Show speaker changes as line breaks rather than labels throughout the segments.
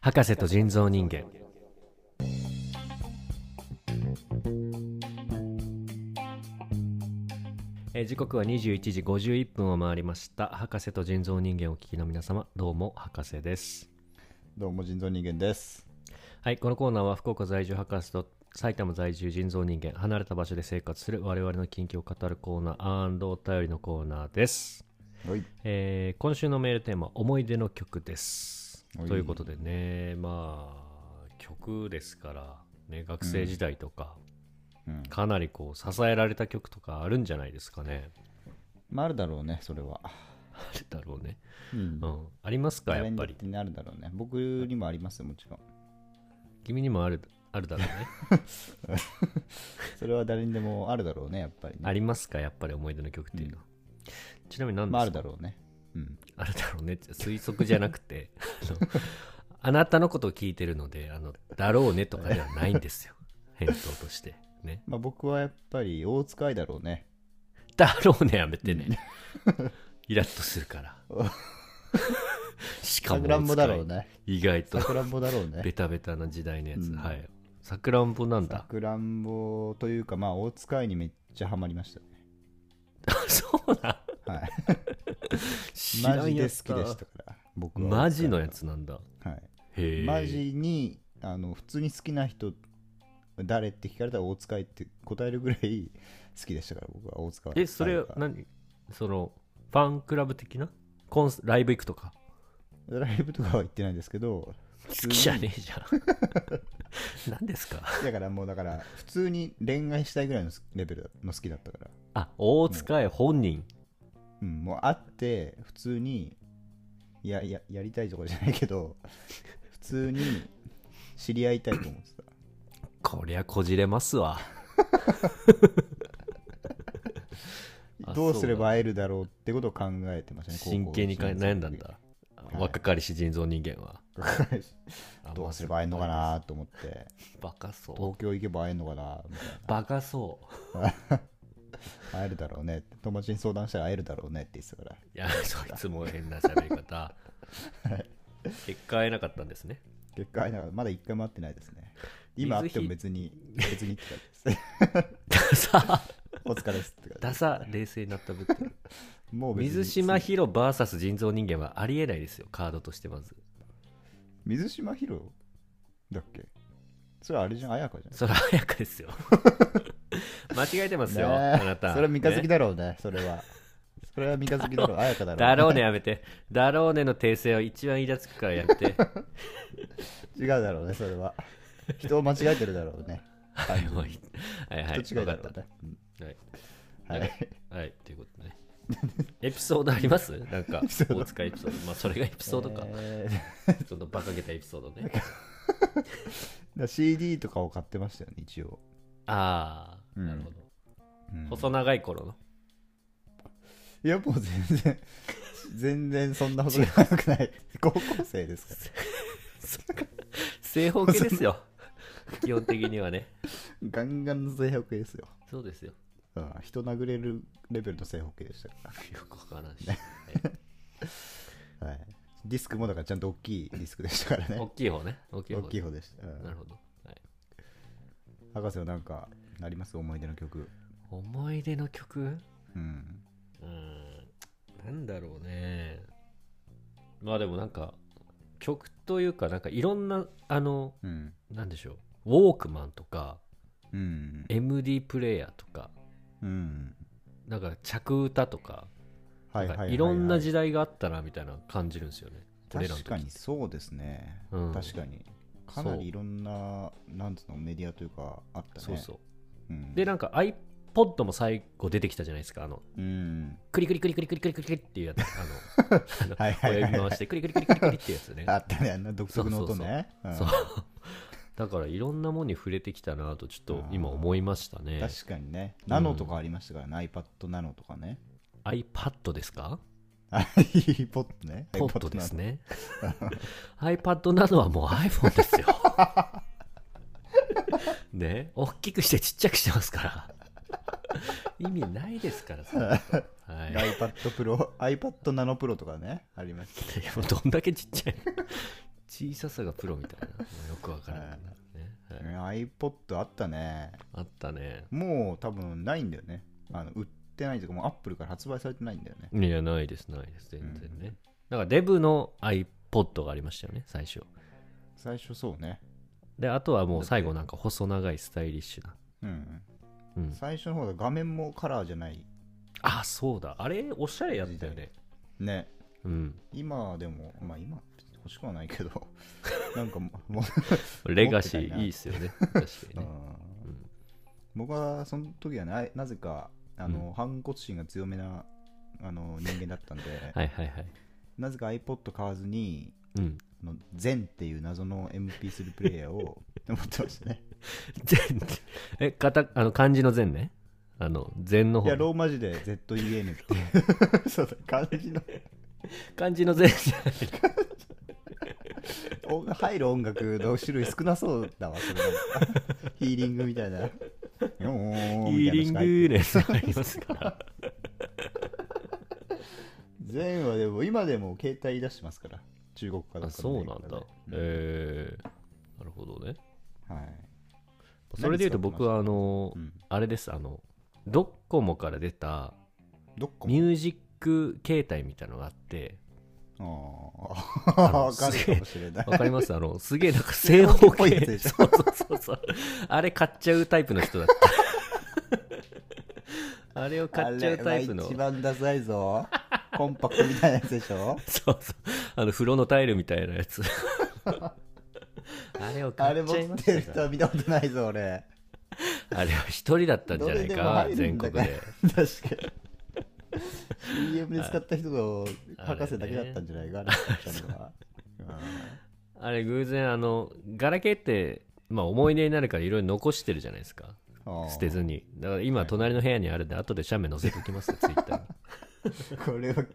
博士と人造人間えー時刻は21時51分を回りました博士と人造人間をお聞きの皆様どうも博士です
どうも人造人間です。
はいこのコーナーは福岡在住博士と埼玉在住人造人間離れた場所で生活する我々の近況を語るコーナーお便りのコーナーです
はい。
えー今週のメールテーマ「思い出の曲」です。
はい
ということでねまあ曲ですから、ね、学生時代とか、
うん。
かなりこう支えられた曲とかあるんじゃないですかね。
まああるだろうね、それは。
あるだろうね。
うん
うん、ありますかやっぱり。
にあるだろうね。僕にもありますよ、もちろん。
君にもあるあるだろうね。
それは誰にでもあるだろうね、やっぱりね。
ありますかやっぱり思い出の曲っていうのは。ちなみに何ですか、
まああるだろうね。うん。
あるだろうねって推測じゃなくてあのあなたのことを聞いてるのであのだろうねとかではないんですよ返答としてね
まあ僕はやっぱり大塚愛だろうね。
だろうねやめてねイラッとする からしかも
さくらんぼだろうね。
意外と
さくらんぼだろうね
ベ。タベタな時代のやつ、
うん
はいさくらんぼなん
さ
だ
くらんぼというか、まあ大塚愛にめっちゃハマりましたね。
そうなん
はい。
知ら
マ
ん
ジで
や
好
つ
き
だ
でしたから、僕は。
マジのや。つなんだ
はい。
へえ
マジにあの普通に好きな人誰って聞かれたら大塚愛って答えるぐらい好きでしたから僕は大塚愛
えそれ
が
何そのファンクラブ的なコンスライブ行くとか
ライブとかは行ってないんです けど
好きじゃねえじゃん 何ですか
だからもうだから普通に恋愛したいぐらいのレベルの好きだったから、
あ大塚絵本人
うん、もう会って普通にいやいややりたいとかじゃないけど普通に知り合いたいと思ってた
こりゃこじれますわあ
どうすれば会えるだろうってことを考えてましたね
真剣にか悩んだんだ、
い
若かりし人造人間は
高校生の時
あ
どうすれば会えるのかなと思って
バカそ
東京行けば会えるのかなみたいう
バカそう
な会えるだろうねって友達に相談したら会えるだろうねって言ってたから
い やそいつも変な喋り方結果会えなかったんですね
結果会えなかったまだ一回も会ってないですね今会っても別に別にって感じです
ダサ
お疲れですって感
ダサ冷静になったぶって る
じもう別に
水島ヒロ VS 人造人間はありえないですよカードとしてまず
水島ヒロだっけそれはあれじゃん綾香じゃん
それ早くです よ間違えてますよ、
ねえ
あなた
それは三日月
ね
だろうねそれはそれは三日月 だろう綾香だろう
だろうねやめてだろうねの訂正は一番イラつくからやめて
違うだろうねそれは人を間違えてるだろうね
はいはいはいはい
人違いだ
わ
ろ
か
う
っ
ね
たはい
うんは
なん
い
かはい、ということでね。エピソードありますなんか、
ソード
大塚エピソード。まあ、それがエピソードか。
え
その馬鹿げたエピソードね。
ー CD とかを買ってましたよね一応、
ああ、
うん
なるほど。
うん
細長い頃の。
いやもう全然全然そんな細長く ない高校生ですから
正方形ですよ。基本的にはね。
ガンガンの正方形ですよ、
そうですよ。
うん、人殴れるレベルの正方形でしたか
よくわからんし。
ら、はい、ディスクもだからちゃんと大きいディスクでしたから
大
ね
きい方ね。大きい
大
方。
きい方でした、うん
なるほど、はい。
博士はなんかあります思い出の曲
思い出の曲
うん
うーん。なんだろうね。まあでもなんか、曲というか、なんかいろんな、あの、
うん
なんでしょう。ウォークマンとか、
うん
MD プレイヤーとか
うん
なんか着歌とか
は
な
いは
ん
い
か
はい
ろんな時代があったなみたいな感じるんですよね俺らの時
確かにそうですね、
うん
確かにかなりいろんななんつうのメディアというかあったね
そうそう
う、、
うんでなんか iPod も最後出てきたじゃないですかあの
うん
クリクリクリクリクリクリクリクリっていうやつあのあの
はいはいはいは
親
い
指回してクリクリクリクリクリっていうやつね
あったねあの独特の音ねうん
そうだからいろんなもんに触れてきたなとちょっと今思いましたね
確かにね、ナノとかありましたからね、iPad ナノとかね。
iPad ですか
iPod ね。
ポットです
ね。
ね iPad などはもう iPhone ですよ ね大きくしてちっちゃくしてますから意味ないですからそんなことはい
iPad Pro、iPad ナノプロとかね、ありまし
いやもうどんだけちっちゃいち小ささがプロみたいな。もうよくわからない、ねはい
ね iPod あったね
あったね。
もう多分ないんだよねあの売ってないというかもうアップルから発売されてないんだよね
いや、ないです、ないです、全然ね。だからデブの iPod がありましたよね、最初。
最初そうね
で、あとはもう最後なんか細長いスタイリッシュな。
うん、
うん
最初の方が画面もカラーじゃない
あ、そうだ。あれ、おしゃれやったよね。
ね
うん。
今でもまあ今欲しくはないけどなんかもう、
レガシーいいっすよね。確かに
う
ね。う
ん
ん
僕はその時はねあいなぜかあの、反骨心が強めなあの人間だったんで、
はいはいはい。
なぜか iPod 買わずに
うん。
あの ZEN っていう謎の MP3 プレイヤーを 持ってましたね
全え、かた、あの、漢字の善ね。あの、善の
い
方
や
ね。
ローマ字で ZEN っていう そうだ漢字の
漢字の善じゃない。
音入る音楽の種類少なそうだわそれなんかヒーリングみ たいなよー
ヒーリングー
ね
のやつがありますから。
前はでも今でも携帯出してますから中国から
あ、 そうなんだ。えー、なるほどね。
はい
それで言うと
何使って
僕はあの、
うん
あれです、あの、ドッコモから出た
どっか
ミ
も
ュージック形態みたいなのがあって、
ああ わかるかもしれない
わかりますあの、すげえなんか正方
正方形っぽいやつ
形。
でしょ
そうそうそうそう。あれ買っちゃうタイプの人だ った。あれを買っちゃうタイプの。
あ
そ
れ
う
は一番ダサいぞ コンパクトみたいなやつでしょ
そう。あの、風呂のタイルみたいなやつ。あれを
あ
買
れ
っ
持
ちゃい
っ
ましてた
る人
から
は見たことないぞ俺
あれは一人だったんじゃないか、
どれで
全
も入る
国
んだから
で。
確かに CM で使った人の博士だけだったんじゃないかな
あれ偶然あのガラケーって、まあ、思い出になるからいろいろ残してるじゃないですか捨てずにだから今隣の部屋にあるんで後で写メ載せときますツイッターに、
これは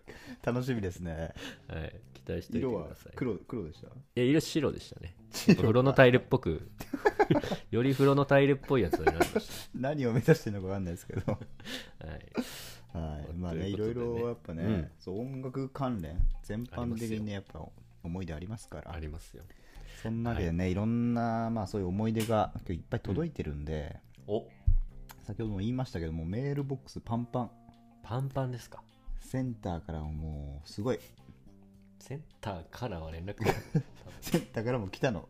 楽しみですね
はい、期待しておいて
色
く
は
ださい
黒黒でした
いや色白でしたね 風呂のタイルっぽくより風呂のタイルっぽいやつを選びまし
何を目指してるのか分かんないですけど
た、はい、
はいまあね
とい
いう
こと
ろ
で
いろやっぱね、
うん
そう音楽関連全般的にねやっぱ思い出ありますから
ありますよ
そんなわけでね、い、ろんな、まあ、そういう思い出が今日いっぱい届いてるんで、
お
先ほども言いましたけどもメールボックスパンパン
パンパンですか
センターからももうすごい
センターからは連絡が
センターからも来たの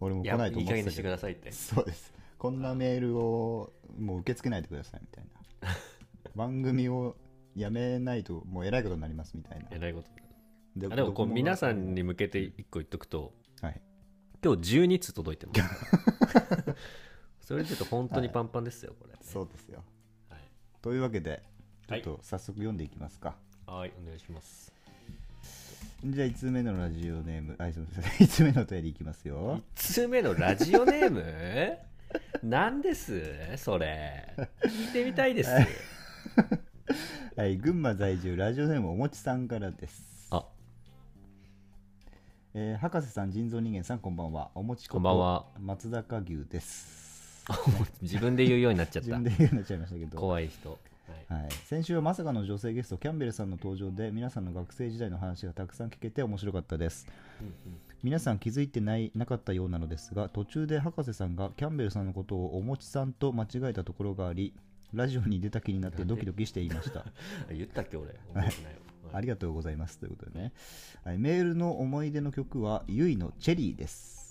俺も
い
来
や
ない
い
と
い
思
加
って
減
た
にして
け
く
ど
ださいって
そうですこんなメールをもう受け付けないでくださいみたいな 番組をやめないともうえらいことになりますみたいな
えらいこと
で
あでもこう皆さ
に、
んに向けて一個言っとくと
はい、
今日12通届いてますそれで言うと本当にパンパンですよこれ、
そうですよ
はい
というわけでちょ
は
っ
い
と早速読んでいきますか、
はい、お願いします。
じゃあ1通目のラジオネームあすみません1通目 のお便りいきますよ
1通目のラジオネーム何ですそれ。聞いてみたいです。
はい、群馬在住ラジオネームおもちさんからです、
あ、
えー博士さん人造人間さんこんばんはおもちこと
こんばんは
松坂牛です
自分で言うようになっちゃっ
自
た
分。で言うようになっちゃいましたけど、
怖い人。はい
はい、先週はまさかの女性ゲストキャンベルさんの登場で皆さんの学生時代の話がたくさん聞けて面白かったです皆さん気づいてないなかったようなのですが途中で博士さんがキャンベルさんのことをおもちさんと間違えたところがありラジオに出た気になってドキドキしていました
あ言ったっけ俺。覚えてないわ
ありがとうございますということでね、はい、メールの思い出の曲はゆいのチェリーです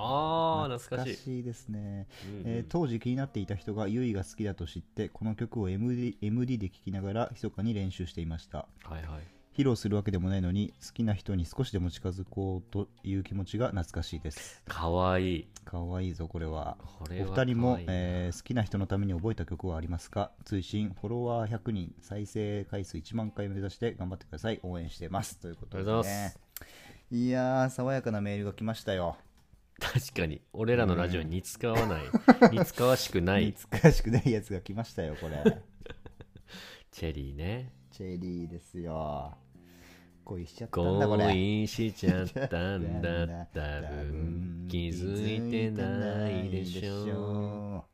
あー、懐かしい。
ですね、
うん
えー当時気になっていた人がゆいが好きだと知ってこの曲を MD, MD で聴きながら密かに練習していました
はいはい。
披露するわけでもないのに好きな人に少しでも近づこうという気持ちが懐かしいです
かわいい。
かわいいぞこれは
こ
お
れ
二
は
人も
可愛いな
えー好きな人のために覚えた曲はありますか追伸フォロワー100人再生回数1万回目指して頑張ってください応援してますということで、
あ
ね、
りがとうございます
いやー爽やかなメールが来ましたよ
確かに、俺らのラジオに似つかわない、似つかわしく ない
懐かしくないやつが来ましたよこ れ
チェリーね。
チェリーですよ恋しちゃったんだこ
誤
れ
飲しちゃったんだった分気づいてないでし ょ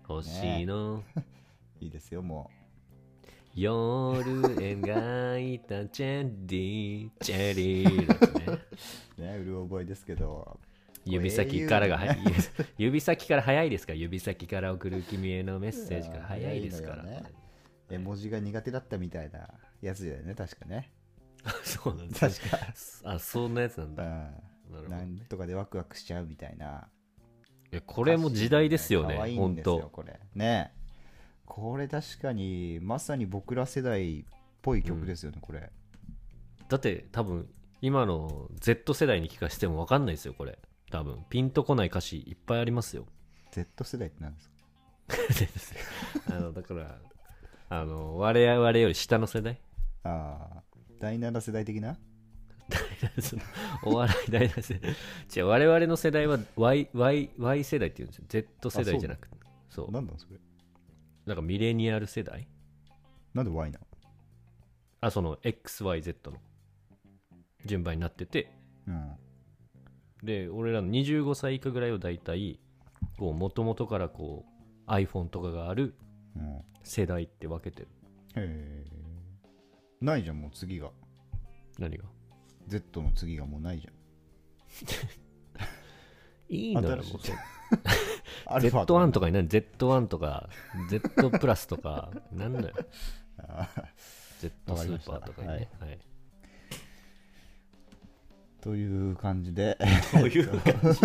う星の
いいですよも
夜描いたチェリーチェリーですね
うねうる覚えですけど
指先からが早い指先から早いですから指先から送る君へのメッセージが早いですから、
うん早いのよね絵文字が苦手だったみたいなやつだよね確かね
そうなんですね
確か、
あそんなやつなん
う
だ
ん、
なるほど
なん
ね
とかでワクワクしちゃうみたいな
いやこれも時代ですよね
可愛いん
本
ですよ
当
これねこれ確かにまさに僕ら世代っぽい曲ですよね、これ
だって多分今の Z 世代に聞かせても分かんないですよこれ多分ピンとこない歌詞いっぱいありますよ
Z 世代って何ですか
あのだからあの我々より下の世代
ああ第7世代的な
そのお笑い大学世代違う我々の世代は Y, y, y 世代って言うんですよ Z 世代じゃなくてそう
なんだそれ
なんかミレニアル世代
なんで Y な
あその XYZ の順番になってて
の
で俺らの25歳以下ぐらいを大体こう元々からこう iPhone とかがある
うん、うん、へ
世代って分けてる
えないじゃんもう次が
何が
Z の次がもうないじゃん
いいのよ
新しい
もうそう
アルファ
Z1 とかに何 ?Z1 とか Z プラスとかなんだよ
あー
Z ス
わかりま
ー
した
パーとかにねはい
という感じで
そういう感じ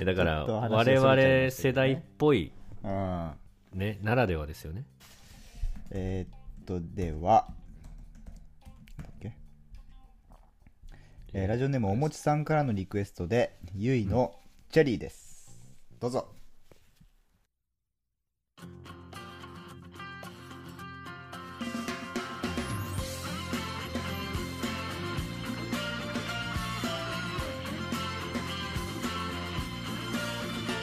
えだから
ちょっと話はそれちゃいましたけどね
我々世代っぽい
うん
ねならではですよね
えーっと、では、なんだっけえーラジオネームおもちさんからのリクエストで、ゆいのチェリーです。どうぞ。
手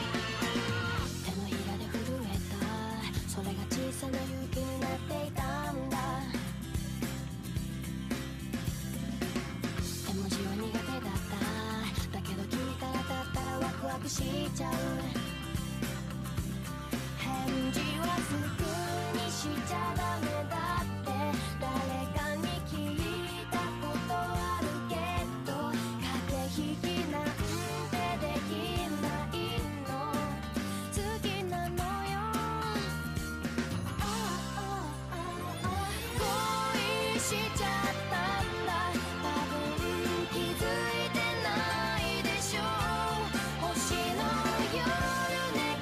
のひらで震えたそれが小さな勇気になっていたんだ絵文字は苦手だっただけど君からだったらワクワクしちゃう返事はすぐにしちゃダメだって誰かに聞いたことあるけど風邪ひきなんてできないの好きなのよ恋しちゃったんだ多分気づいてないでしょ星の夜願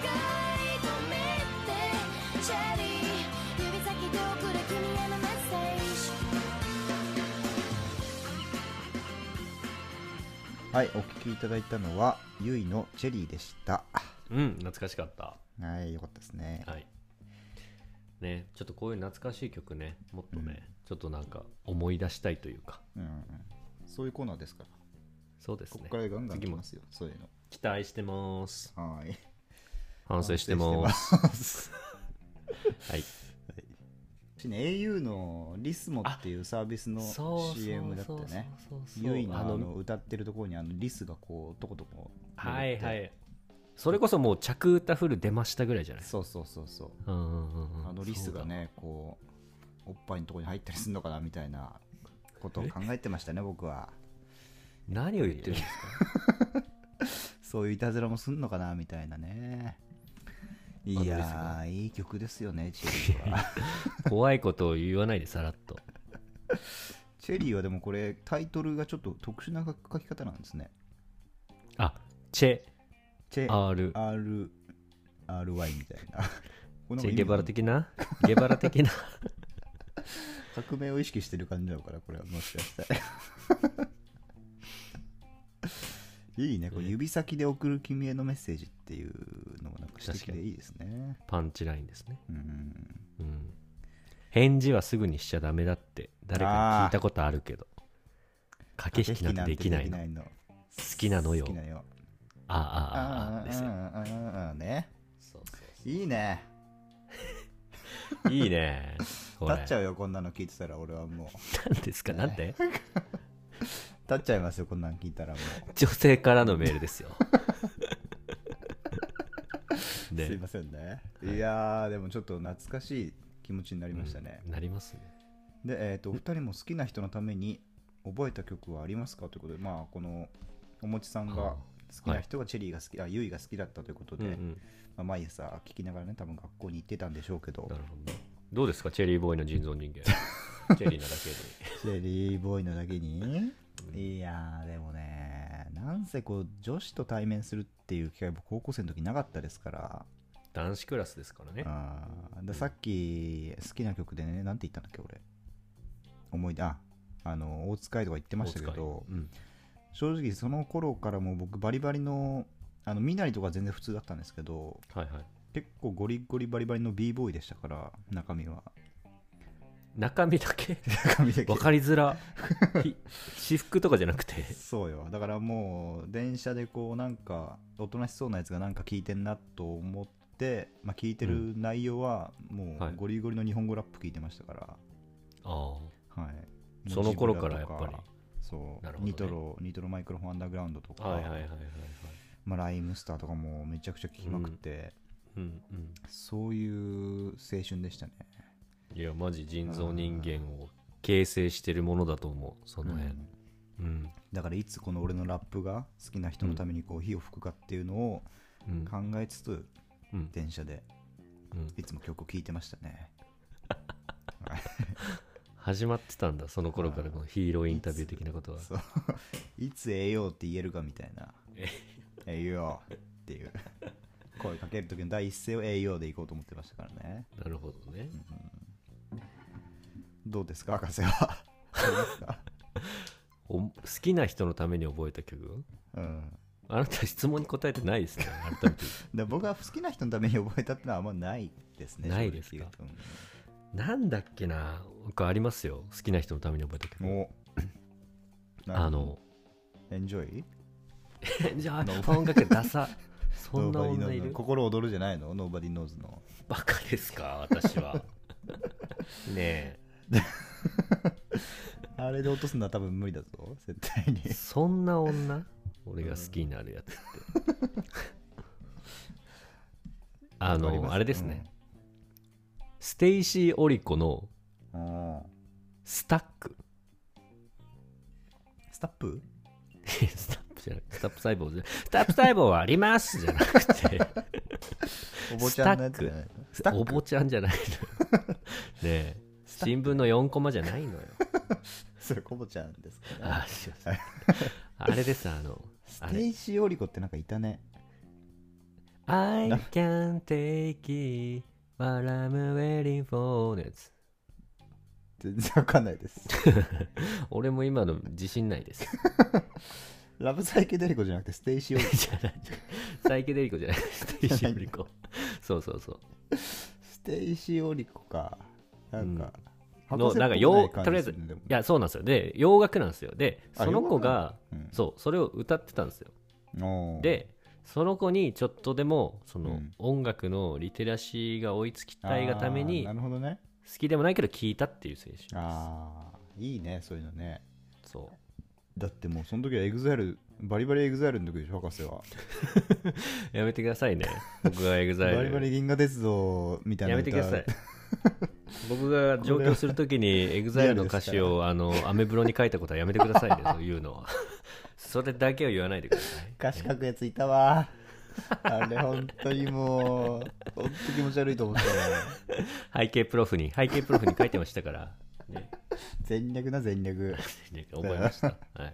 い込めてチェリー指先で送る君へのメッセージ
はい、お聞きいただいたのは、ゆいのチェリーでした。
うん懐かしかった
はい、よかったですね。
はい。ね、ちょっとこういう懐かしい曲ね、もっとね、ちょっとなんか思い出したいというか、
うんうん、そういうコーナーですから、
そうです
こ
ね
こ。からガンガン
次
き
も
ますよ、そういうの。
期待してます。
はい。
反省して
反
ま
省
す。
してます。
はい。
私ね au のリスモっていうサービスの CM だったよね。
そうそうそう
ゆいの
あ
あ
の
の歌ってるところにあのリスがこうとことこ
はいは
登って
い。それこそもう着歌フル出ましたぐらいじゃない
そうそうそうそう
うんうんうんうん
あのリスがねこうおっぱいのところに入ったりするのかなみたいなことを考えてましたね僕は
そうだ何を言ってるんですか
そういういたずらもすんのかなみたいなねい
のリス
や
が
ーいい曲ですよねチェリ ーは
怖いことを言わないでさらっと
チェリーはでもこれタイトルがちょっと特殊な書き方なんですね
あチェ
チェ
R
RRY みたい なこれなん
チ
か
ェ
意味
ゲバラ的なゲバラ的な
革命を意識してる感じなのかなこれはもしかしたらいいねこう指先で送る君へのメッセージっていうのもなんか素敵でいいですね
パンチラインですね
うん
うん返事はすぐにしちゃダメだって誰かに聞いたことあるけど駆け引きなんてできないの好
の好
きなのよ
好きなよ
あああああ
あ
あ
あ
ですよ
あああね
そう
いいね
そういいねこれ
立っちゃうよこんなの聞いてたら俺はもう
なんですかなんで
立っちゃいますよこんなの聞いたらも
女性からのメールですよ
う、すい
ね
ませんねいやーでもちょっと懐かしい気持ちになりましたね、
なりますね
でえっ、とお二人も好きな人のために覚えた曲はありますかということで、まあ、このおもちさん
は
が好きな人がチェリーが好き、あ、ゆいが好きだったということで、
うんうん
まあ、毎朝聞きながらね、多分学校に行ってたんでしょうけど
な、るほど。どうですか、チェリーボーイの人造 人間。チェリーなだけに。
チェリーボーイなだけに、いやー、でもね、なんせこう、女子と対面するっていう機会、僕、高校生の時なかったですから、
男子クラスですからね。
あーださっき好きな曲でね、なんて言ったんだっけ、俺。思い出、あ、あの、大塚愛とか言ってましたけど、
うん。
正直その頃からもう僕バリバリの、あの、みなりとか全然普通だったんですけど、
はいはい。
結構ゴリゴリバリバリの b ボーイでしたから、中身は。
中身だ け
中身だけ
わ。かりづら。ひ私服とかじゃなくて。
そうよ。だからもう、電車でこう、なんか、おとなしそうなやつがなんか聞いてんなと思って、まあ、聞いてる内容は、も
は
う
い、
ゴリゴリの日本語ラップ聞いてましたから。
あ
はい、
その頃からやっぱり
ジブラとかそう、
なるほどね
ニトロニトロマイクロフォンアンダーグラウンドと
あ。
か、
はいはいはいはいはい。
まあ、ライムスターとかもめちゃくちゃ聴きまくって、
うんうん。
そういう青春でしたね
いや、マジ人造人間を形成してるものだと思う、その辺。
うん
うん。
だからいつこの俺のラップが好きな人のためにこう火を吹くかっていうのを
うん。
考えつつ、
うん。
電車で
うん
いつも曲を聴いてましたねはい
始まってたんだ、その頃からこのヒーローインタビュー的なことは。
そう いつええよって言えるかみたいな
え
ええよっていう声かける時の第一声をええよでいこうと思ってましたからね
なるほどね。
どうですか博士はありますか
お好きな人のために覚えた曲
うん
あなた質問に答えてないですね、改めて。
で僕は好きな人のために覚えたってのはあんまないですね
ないですか
正直言う
なんだっけな僕ありますよ好きな人のために覚えた
とう
曲
んお
あの
エンジョイ
「じゃあ音楽ダ サ」そんな
Nobody
女い
knows
る
の心躍るじゃないの Nobody knows の
バカですか私はね
あれで落とすのは多分無理だぞ絶対に
えそんな女俺が好きになるやつってあ
わかりま
の
す
あれですね、ステイシー・オリコの
うんうん
「スタック」
スタップ
スタップじゃないスタップ細胞じゃないスタップ細胞はありますじゃなくて
お坊ちゃんのやつじゃないスタック
お坊ちゃんじゃないの ねえ新聞の4コマじゃないのよ
それコボちゃんですかね
あすいませんあれですあの
ス
あ
テ
れ
イシー・オリコってなんかいたね
I can take it while I'm waiting for のやつ
全然わかんないです
俺も今の自信ないです
ラブサイケデリコじゃなくてステイシー・オリコ
じゃないサイケデリコじゃないステイシーブリコそうそうそう
ステイシー・オリコか。なんか、
のなんか
よ
洋
う
とりあえずい
でも
やそうなんですよで洋楽なんですよで
あ
その子が
うん
そうそれを歌ってたんですよ
おー
でその子にちょっとでもその
うん
音楽のリテラシーが追いつきたいがために
あーな
好
るほどね。
きでもないけど聴いたっていう青春です
ああ、いいね、そういうのね。
そ
だってもう、その時はエグザイル、バリバリエグザイルの時でしょ、博士は。
うやめてくださいね僕が EXILE
バリバリ銀河鉄道みたいな
やめてください 僕が上京するときに EXILE の歌詞をあのアメブロに書いたことはやめてくださいねそういうのはそれだけは言わないでください
歌詞書くやついた わ。あれ、本当にもう、本当気持ち悪いと思ったわ。
背景プロフに背景プロフに書いてましたからね
全略な全略。
ね思いました は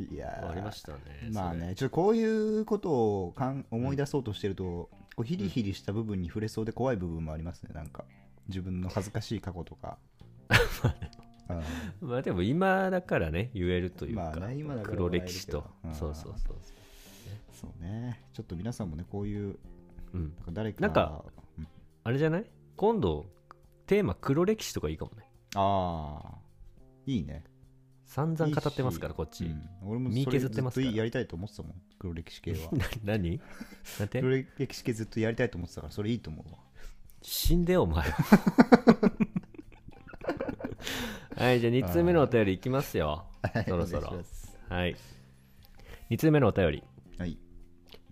い
いやー
終わりましたね
まあ
それ
ね、ちょっとこういうことをかん思い出そうとしてると、こうヒリヒリした部分に触れそうで怖い部分もありますね、なんか。自分の恥ずかしい過去 とか。うん
まあでも今だからね言えるというか,、
まあね今だから
黒歴史と
笑えるけど
そうそうそう、
そうね。ちょっと皆さんもね、こういう、
うん、
なんか誰か。
なんか
うん、
あれじゃない今度テーマ黒歴史とかいいかもね
ああ、いいね。
散々語ってますから
いいし
こっち、
うん、俺も
身
それ
削
ず
ってま
っ
すか
と
ら。
やりたいと思ってたもん、黒歴史系は
な 何なんて
黒歴史系ずっとやりたいと思ってたから、それいいと思うわ。
死んでよお 前はいじゃあ2通目のお便りいきますよ そろそ
お願
ろ
いします
はい2通目のお便り
はい。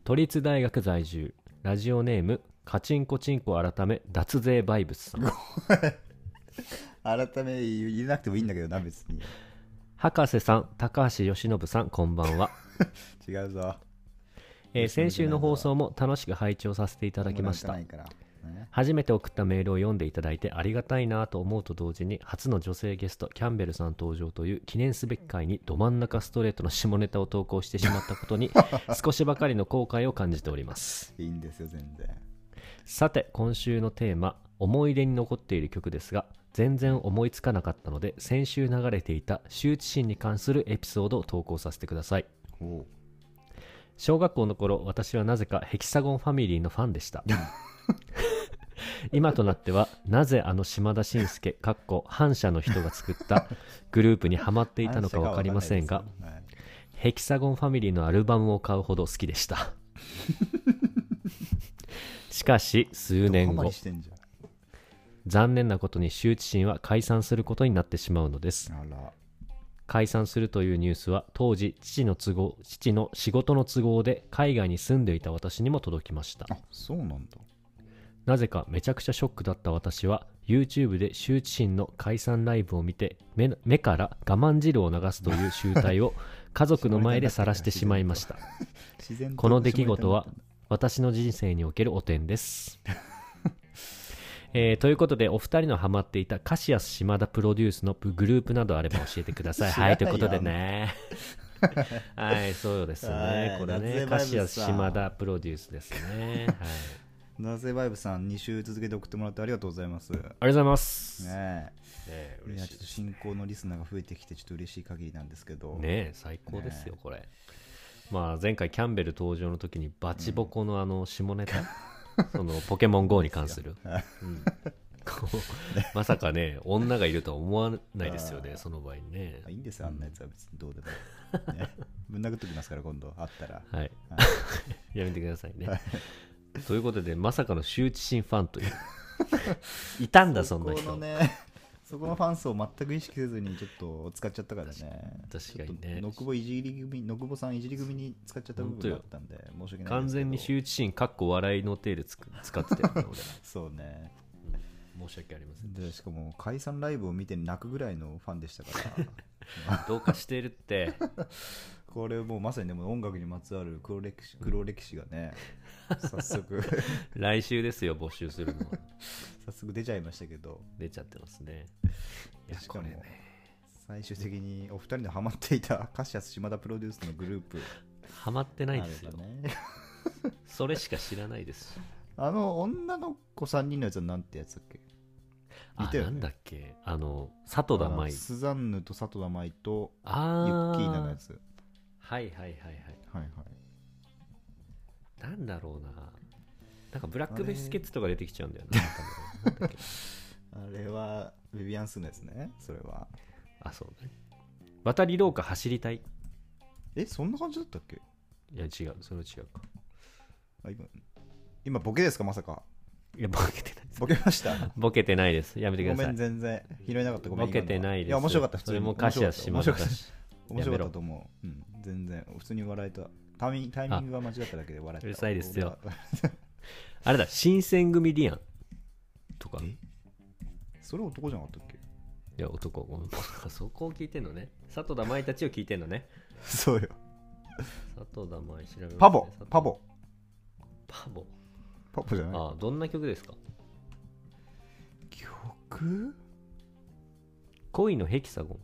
都立大学在住ラジオネームカチンコチンコ改め脱税バイ ブスさん
改め入れなくてもいいんだけどな、別に。
博士さん、高橋由伸さん、こんばんは。
違うぞ。
えー
由伸じゃない
先週の放送も楽しく拝聴させていただきまし
も
た
うなん。かないからね
初めて送ったメールを読んでいただいてありがたいなと思うと同時に初の女性ゲストキャンベルさん登場という記念すべき回にど真ん中ストレートの下ネタを投稿してしまったこと に少しばかりの後悔を感じております
いいんですよ、全然。
さて今週のテーマ思い出に残っている曲ですが全然思いつかなかったので先週流れていた羞恥心に関するエピソードを投稿させてください
おう
小学校の頃私はなぜかヘキサゴンファミリーのファンでした今となってはなぜあの島田紳介かっこ反社の人が作ったグループにはまっていたのか分かりませんが
反射かわかんないですよ
ヘキサゴンファミリーのアルバムを買うほど好きでしたしかし数
はい、
年
ハマ
後
りしてんじゃ
残念なことに羞恥心は解散することになってしまうのです
ん。あら。
解散するというニュースは当時父の都合父の仕事の都合で海外に住んでいた私にも届きました
あ、そうなんだ。
なぜかめちゃくちゃショックだった私は YouTube で羞恥心の解散ライブを見て目の目から我慢汁を流すという集体 を家族の前で晒してしまいました
自然と
この出来事は私の人生における汚点 です、えーということでお二人のハマっていたカシアス島田プロデュースのグループなどあれば教えてください
知ら
は
ないよ
いということでね はいそうです
は
ね
い
これ
夏
ね
江バ
カ
イブスさん
シアス島田プロデュースですね、はい、
なぜバイブさん2週続けて送ってもらってありがとうございます。ね
ありがとうございます、ね
え。
え
い
嬉
や
しいで
ちょっと
す
進行のリスナーが増えてきてちょっと嬉しい限りなんですけど、
ねえ最高ですよ、これまあ前回キャンベル登場の時にバチボコのあの下ネタ、そのポケモン GO に関す る、うんこうまさかね女がいるとは思わないです よねその場合にね
あいいんですよあんなやつは別にどうでも、ね、 ぶん殴っときますから今度あ ったら
はい やめてくださいねということでまさかの羞恥心ファン といういたんだそんな
そこの
人、
ねそこのファン層を全く意識せずにちょっと使っちゃったからね
確かにね
ちょっと野久保いじり組野久保さんいじり組に使っちゃった部分があったんで申し訳ないですけど
完全に羞恥心かっこ笑いの程度つく使ってたよね俺
そうね
申し訳ありません
でしかも解散ライブを見て泣くぐらいのファンでしたから
どうかしてるって
これもうまさにでも音楽にまつわる黒歴史黒歴史がね早速
来週ですよ募集するのは
早速出ちゃいましたけど
出ちゃってます ね。いや
し、か
こ
も
れね。
最終的にお二人のハマっていたカシアス島田プロデュースのグループ
ハマってないですよ
あ。ればね
それしか知らないですし。
あの女の子3人のやつはなんてやつだっけ
あ、
似たよね
なんだっけあの、里田
あ
舞
の。スザンヌと佐藤田舞とユ
あ
ッ
あ。
キーナのやつは
はいはいはいはい。
いはい
なんだろうな。なんかブラックビスケッツとか出てきちゃうんだよな。なんかねなんだっ け
あれはビビアンスのやつねそれは
あ、そうね。渡り廊下走りたい。
えそんな感じだったっけ
いや、違う。それは違うか。
あ今今ボケですかまさか
いや、ボケてないです。
ボケました
ボケてないです。やめてく
ご
ださ
め
い。
ん全然拾えなかったごめん
ボケてないです。
今のはいや面白かった普通
そ
に
れも歌詞はしま
面
し
白
た
かった
し。
面白かっ
や
た
めろ
と思う、うん、全然普通に笑えたタイミンタイミングが間違っただけで笑えた
うるさいですよ
俺は
あれだ、新選組リアンとか。
えそれ男じゃなかった っけ
いや、男、ごめん そこを聞いてんのね。佐藤田舞たちを聞いてんのね。
そうよ
佐藤田舞調べますね
パボ
佐藤
パボ
パボ。
パボじゃない
ああ、どんな曲ですか
曲
恋のヘキサゴン。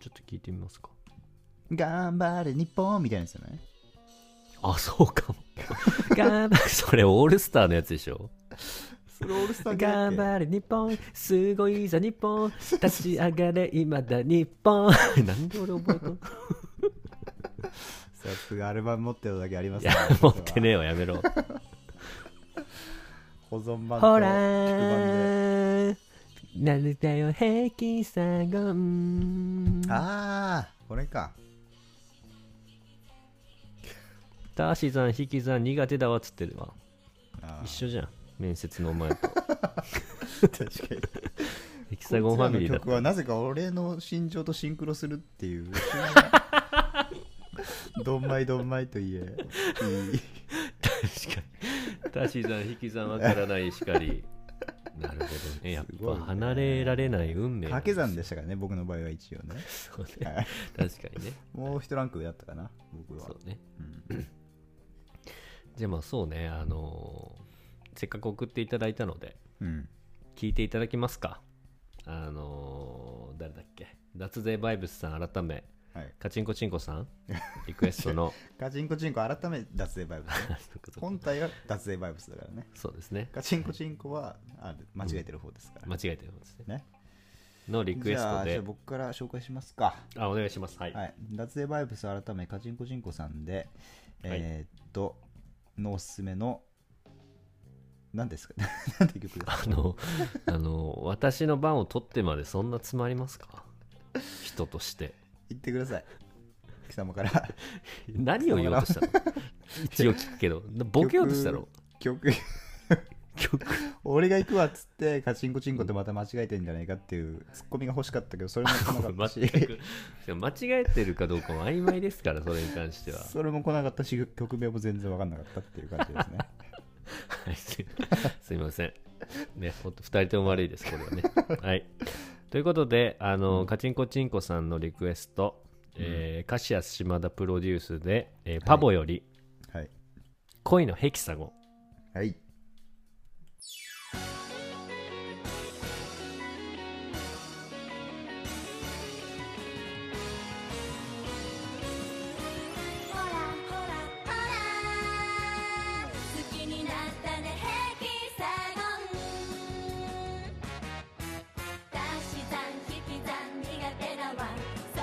ちょっと聞いてみますか。
頑張れ日本みたいなやつじゃない
あ、そうか も。頑張れ、それオールスターのやつでしょ。
それオールスター
頑
れ
張れ、日本、すごいぞ、日本、立ち上がれ、いまだ日本。 なんで俺覚えたの
さすがアルバム持ってるだけありま
い
す
や
ね、
持ってねえわ、やめろ。
保存版と
ほら
聞く版で
ーなんだよヘキサゴン
ああこれか
足し算引き算苦手だわっつってるわ
あー
一緒じゃん面接のお前 と
確かに
ヘキサゴンファミリーだ
こ
っ
いつらの曲
た
はなぜか俺の心情とシンクロするっていう どんまいどんまいといえいい
確かに足し算引き算わからないしかりなるほどね。やっ
すごい
ぱ
ね
離れられない運命。
掛け算でしたからね、僕の場合は一応ね。
そうね
はい
確かにね。
もう一ランク上だったかな、僕は
そ。うね。
うん
じゃあまあそうね、あのーせっかく送っていただいたので、
うん。
聞いていただきますか。あのー誰だっけ脱税バイブスさん改め、
はい。
カチンコチンコさ んリクエストの。
カチンコチンコ、改め脱税バイブスね。本体は脱税バイブスだからね。
そうですね。
カチンコチンコはあ間違えてる方ですから。
間違えてるんですね。
ね。
のリクエス
じゃ
ト
あじゃ
で
あ。僕から紹介しますか。
あ、お願いします。はい。
はい、脱税バイブス改めカチンコチンコさんで、えーっとのおすすめの何ですか なんて曲で すか
あの、あの、私の番を取ってまでそんな詰まりますか人として。
言ってください貴様から
何を言おうとしたの一応聞くけど、なボケようとしたろ
曲曲
曲。
俺が行くわっつってカチンコチンコってまた間違えてんじゃないかっていうツッコミが欲しかったけどそれも来 なかった
全
し
く。しかも間違えてるかどうかも曖昧ですから、それに関しては。
それも来なかったし曲名も全然分かんなかったっていう感じ ですね
はい すすいません。ね、ほんと2人とも悪いです、これは ね。はい。ということで、あの、カチンコチンコさんのリクエスト、えーカシアス島田プロデュースで、えーパボより
はい
恋のヘキサゴン。
はい
ほらほらほら好きになったねヘキサゴン足し算引き算苦手だわ損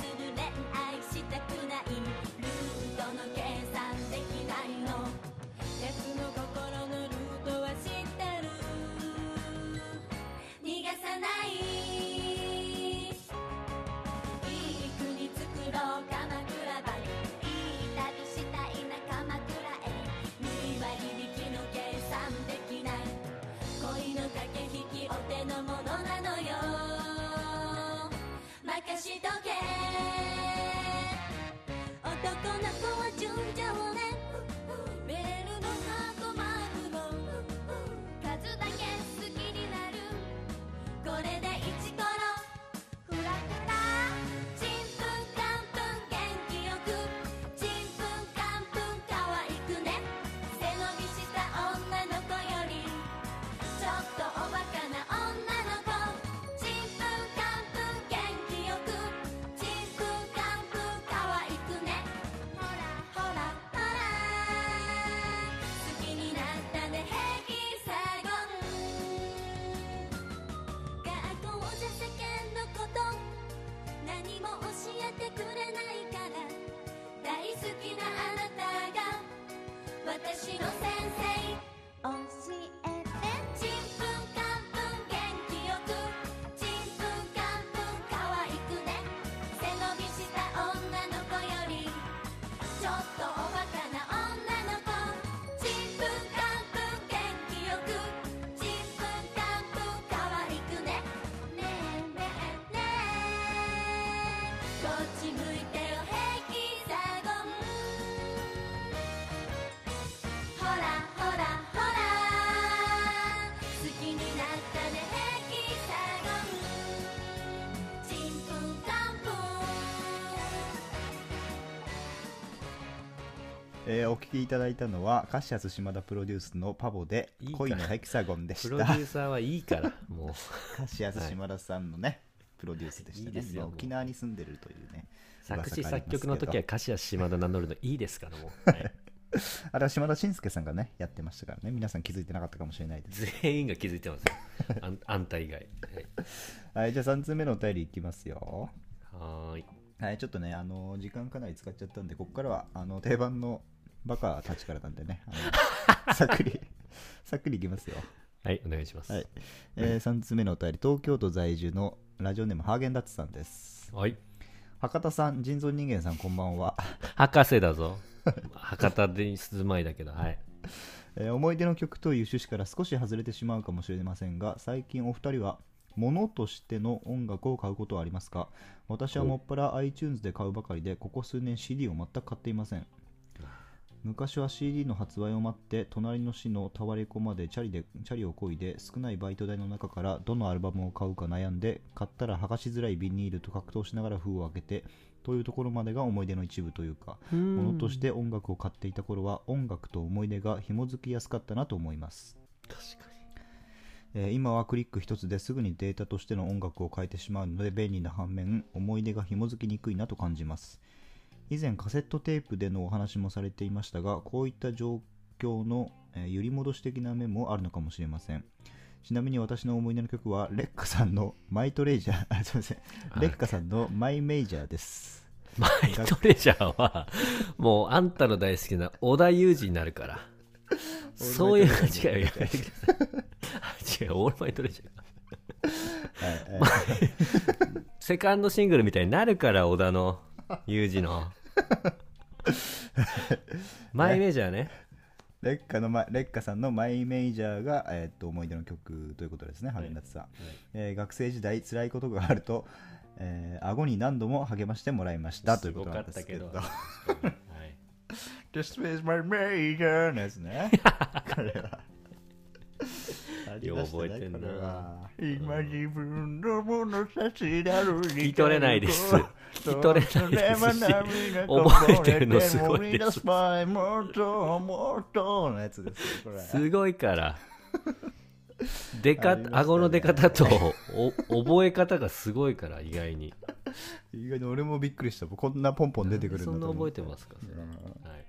する恋愛したくないルートの計算できないの奴の心のルートは知ってる逃がさないいい国作ろう鎌倉ばいい旅したいな鎌倉へ2割引きの計算できない恋の駆け引きお手の物なのよ任しとけ男の子は純情ねベールのハートマークの数だけ好きになるこれで一コロフラフラちんぷんかんぷん元気よくちんぷんかんぷんかわいくね背伸びした女の子よりちょっとおバカな女の子ちんぷんかんぷん元気よくちんぷんかんぷんかわいくねほらほらほら好きになったねヘキサゴン学校じゃ世間のこと何も教えてくれないから大好きなあなたが私の先生教えてちんぷんかんぷん元気よくちんぷんかんぷんかわいくね背伸びした女の子よりちょっとおバカな女の子ちんぷんかんぷん元気よくちんぷんかんぷんかわいくねねえねえねえこっち向いてよヘキサゴンほらほらほら好きになったねヘキサゴンちんぷんかんぷん
えーお聴きいただいたのはカシアス島田プロデュースのパボで
いいか
恋のヘキサゴンでし
プ
た
ロデューサーはいいから、もう。
カシアス島田さんのね、プロデュースでした
いいで
ね。
すよ
今沖縄に住んでるというね。
作詞
噂があ
作
りますけ
曲
ど
の時は。歌詞は島田名乗るのいいですからもう、はい
あれは島田紳介さんがね、やってましたからね。皆さん気づいてなかったかもしれないです。
全員が気づいてますよあん あんた以外
はい、じゃあ3通目のお便りいきますよ。
はいはーい
はい、ちょっとね、あの、時間かなり使っちゃったんで、ここからは、あの、定番のバカたちからなんでね、あ のさっくり、さっくりいきますよ。
はいお願いします
はい。え3通目のお便り、東京都在住のラジオネーム、ハーゲンダッツさんです。
はい
博多さん、人造人間さん、こんばんは。
博士だぞ博多で住まいだけどはい
えー思い出の曲という趣旨から少し外れてしまうかもしれませんが最近お二人は物としての音楽を買うことはありますか私はもっぱら iTunes で買うばかりでここ数年 CD を全く買っていません昔は CD の発売を待って隣の市のタワレコまでチャリでチャリをこいで少ないバイト代の中からどのアルバムを買うか悩んで買ったら剥がしづらいビニールと格闘しながら封を開けてというところまでが思い出の一部というかものとして音楽を買っていた頃は音楽と思い出が紐づきやすかったなと思います
確かに
えー今はクリック一つですぐにデータとしての音楽を変えてしまうので便利な反面思い出が紐づきにくいなと感じます以前カセットテープでのお話もされていましたがこういった状況の、えー揺り戻し的な面もあるのかもしれませんちなみに私の思い出の曲はレッカさんのマイトレジャーあすいませんレッカさんのマイメイジャー です
マイトレジャーはもうあんたの大好きな織田裕二になるからそういう間違いはやめてください違うオールマイトレジャー
はいえー
セカンドシングルみたいになるから織田の裕二のマイメジャーね
レッカのま、レッカさんのマイメイジャーが、えーっと思い出の曲ということですね、春夏さん、えー学生時代、辛いことがあると、えー顎に何度も励ましてもらいましたということなんですけ
す
ど、
ごかったけどはい、
This is my major のやつ ね、これは。
よう覚えてんな
これは今自分のもの差しなのに
聞き取れないです
聞
聞き取れないですし覚えてるのすごいです
もっともっとのやつですよこれ
すごいから出か、
ありましたね
顎の出方とお 覚え方がすごいから意外に
意外に俺もびっくりしたこんなポンポン出てくる、
そんな覚えてますすかそれ、はい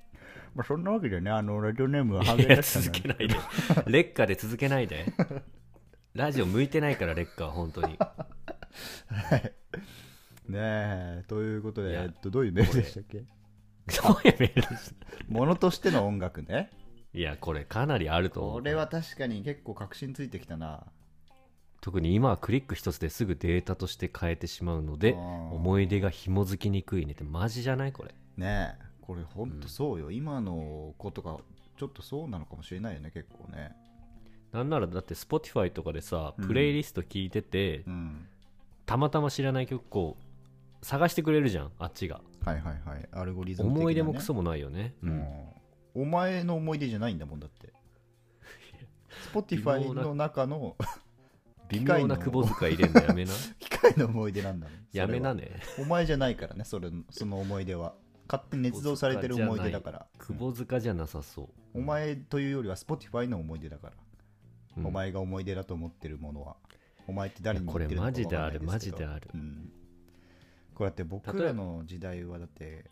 まあ、そんなわけでねあのラジオネームはい
や続けないで劣化で続けないでラジオ向いてないから劣化は本当に
ねえということ
い
で、
や
えっと、どういうメールでしたっけ
そうやメールでした
ものとしての音楽ね
いやこれかなりあると思
こ
う
れは確かに結構確信ついてきたな
特に今はクリック一つですぐデータとして変えてしまうので
あー
思い出が紐づきにくいねってマジじゃないこれ
ねえこれほんとそうよ、今の子とかちょっとそうなのかもしれないよね結構ね
なんならだって Spotify とかでさ
うん
プレイリスト聞いてて、
うん
たまたま知らない曲を探してくれるじゃんあっちが、
はいはいはいアルゴリズム的な、ね、
思い出もクソもないよね、
うん、お前の思い出じゃないんだもんだって。Spotify の中の
微
機械
妙
の
な窪塚入れんの やめな
機械の思い出なんだもん。それ
や
は
めな。ね
お前じゃないからね、それその思い出は。勝手に捏造されてる思い出だから。
窪塚じゃなさそう
お前というよりは Spotify の思い出だから。
うん
お前が思い出だと思ってるものは。お前って誰に言
こ
って
れ
るのか
マジであ
わか
る
んない
マ
すけ
ジ
ど
である、
うん、こうやって僕らの時代はだって、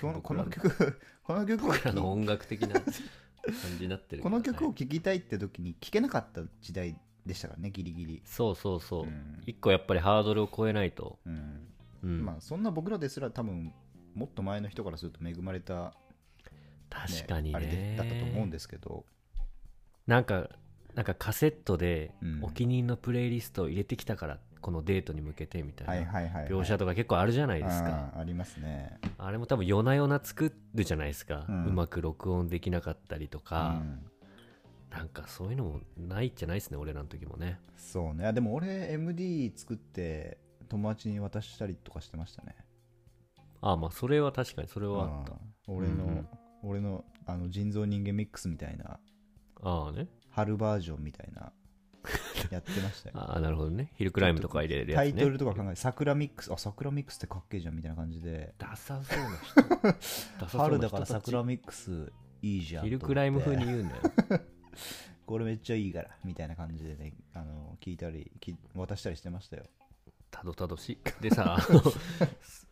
このこ
僕ら
の
の
曲、この曲を
僕らの
聴
音楽的な感じになってる
この曲を
はい
聴きたいって時に聴けなかった時代でしたからねギリギリ、
そうそうそう、
うん
一個やっぱりハードルを超えないと、
うん
うん
まあそんな僕らですら多分もっと前の人からすると恵まれた、ね
確かに
あれで
ね
だったと思うんですけど
なんかなんかカセットで
うん
お気に入りのプレイリストを入れてきたから、このデートに向けてみた
はい
いな
はいはい、はい、
描写とか結構あるじゃないですか、
あーありますね
あれも多分夜な夜な作るじゃないですか、う
う
んまく録音できなかったりとか
う、ん
なんかそういうのもないじゃないですね俺らの時もね
そうねでも俺 MD 作って友達に渡したりとかしてましたね
ああまあそれは確かにそれはあった、
うん俺の、
うんうん
俺のあの人造人間ミックスみたいな
ああね
春バージョンみたい なやってましたよ
ああなるほどねヒルクライムとか入れるやつ
タ
ね
イトルとか考えて、桜ミックス、あ、桜ミックスってかっけえじゃんみたいな感じで、
ダサそうな人 ダサそうな人たち
春だから桜ミックスいいじゃんと思って。
ヒルクライム風に言うんだよ
これめっちゃいいから、みたいな感じでね、あの聞いたり、き渡したりしてましたよ。
たどたどしいでさあの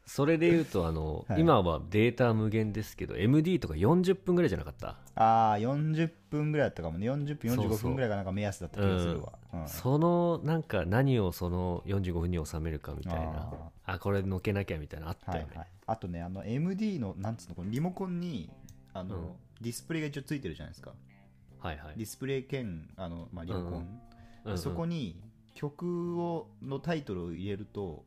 それで言うとあの、
はい
今はデータ無限ですけど MD とか40分ぐらいじゃなかった、
ああ、40分ぐらいだったかもね。40分、
そう
45
そう
分ぐらいがなんか目安だった気がするわ。うん
そのなんか何をその45分に収めるかみたいなあこれのけなきゃみたいなのあった
は
よ
い
ね、
はい。あとね、あの MD の、なんつうの、このリモコンに、あの、
うん
ディスプレイが一応ついてるじゃないですか。
はいはい
ディスプレイ兼、あの、まあ、リモコン。
うんうんうん
そこに曲をのタイトルを入れると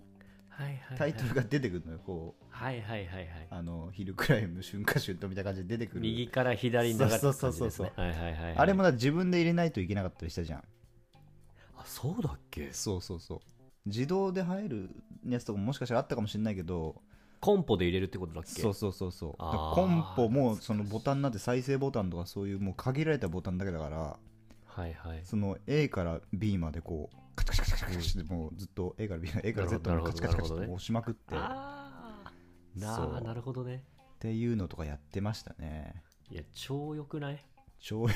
はいはいはい
タイトルが出てくるのよこう
はいはいはいはい
あのヒルクライム春夏春とみたいな感じで出てくる
右から左に流れてく
そう
感じ
そうそう
です
そう
ねはいはいはいはい
あれもだ自分で入れないといけなかったりしたじゃん
あそうだっけ
そうそうそう自動で入るやつとかももしかしたらあったかもしれないけど
コンポで入れるってことだっけ
そうそうそうそうだ
あー
からコンポもそのボタンなんて再生ボタンとかそういうもう限られたボタンだけだから
はいはい
その A から B までこうカチャカチャカチャカチャカチャってもうずっと A から B まで A から Z
な
ま
るほど
でカチカチカチカチ
なるほど
って
ね
押しまくってっ
あーな
そう
あなるほどね
ていうのとかやってましたね
いや超良くない
超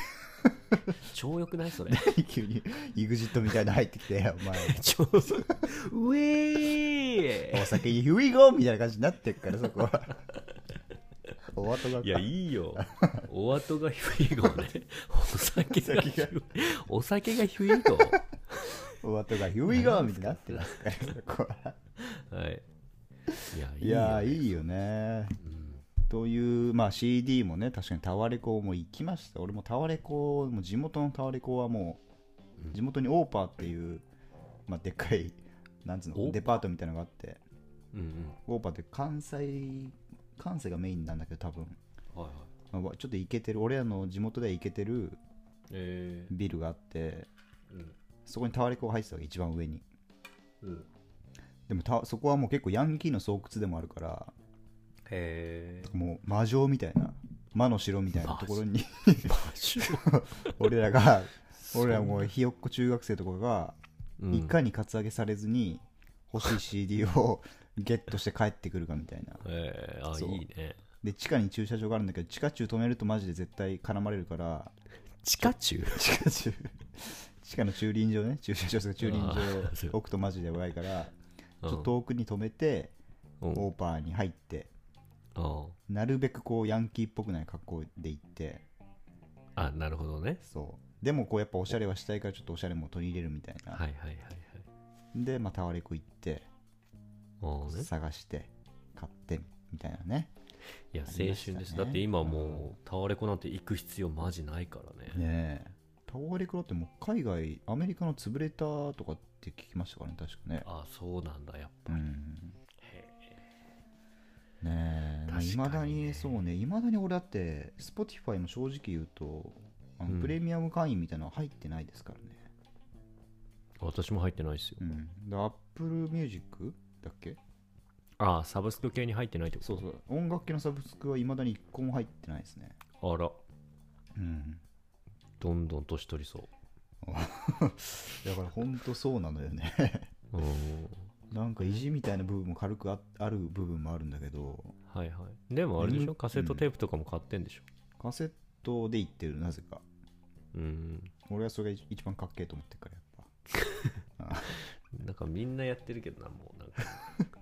超良くないそれ
急に EXIT みたいなの入ってきてお前
超ウェー
お酒 Here we go! みたいな感じになってっからそこは お後が
いやいいよお後がヒュイゴねお酒がヒュイお酒がヒュイゴ
お後が Here we go! みたいになってますからそこは
はいい
いや
や
ー
いいよね
いいよね
うん
という、まあ、CD もね確かにタワレコも行きました俺もタワレコもう地元のタワレコはも
うん
う地元にオーパーっていう、まあ、でっかいなんつう
オーパ
の
ー
デパートみたいなのがあって
うん
オーパーって関西関西がメインなんだけど多分、
うんはいはい
まあわちょっと行けてる俺らの地元では行けてる
え
ビルがあって
ーうん
そこにタワレコが入ってたわけ一番上に
うん
でもたそこはもう結構ヤンキーの巣窟でもあるから
へえ
もう魔女みたいな魔の城みたいなところに俺らが 俺らもうひよっこ中学生とかがいかにカツアゲされずに欲しい CD を ゲットして帰ってくるかみたいな
えー、あ
そう
いいね
で地下に駐車場があるんだけど地下駐止めるとマジで絶対絡まれるから
地下中
地下 駐地下の駐輪場ね駐車場とか駐輪場
あーそう
置くとマジで弱いからち
ち
ょっと遠くに止めて
うん
オーパーに入って
うん
なるべくこうヤンキーっぽくない格好で行って
あなるほどね
そうでもこうやっぱおしゃれはしたいからちょっとおしゃれも取り入れるみたいな、
はいはいはいはい
でまあタワレコ行って
おね
探して買ってみたいなね
いや
あ
青
り
春
ま
で
した
す、
ね
だって今もうタワレコなんて行く必要マジないからね
ねえタワレコだってもう海外アメリカの潰れたとかって聞きましたからね確かね
あそうなんだやっぱ
う
り、
ん
へ
ねえ
確か
い
にね
まだにそうねいまだに俺だって Spotify も正直言うとあの
うん
プレミアム会員みたいなのは入ってないですからね
私も入ってないですよ、
うんで Apple Music だっけ
あサブスク系に入ってないってこと
そうそう音楽系のサブスクはいまだに1個も入ってないですね
あら
うん
どんどん年取りそ
だからほんとそうなのよね
ううん
なんか意地みたいな部分も軽くあある部分もあるんだけど
はいはいでもあれでし
う
ょ
ん
カセットテープとかも買ってんでしょ
カセットで言ってるなぜか
うん
俺はそれが一番かっけえと思ってるからやっ
なんかみんなやってるけどなもうなんか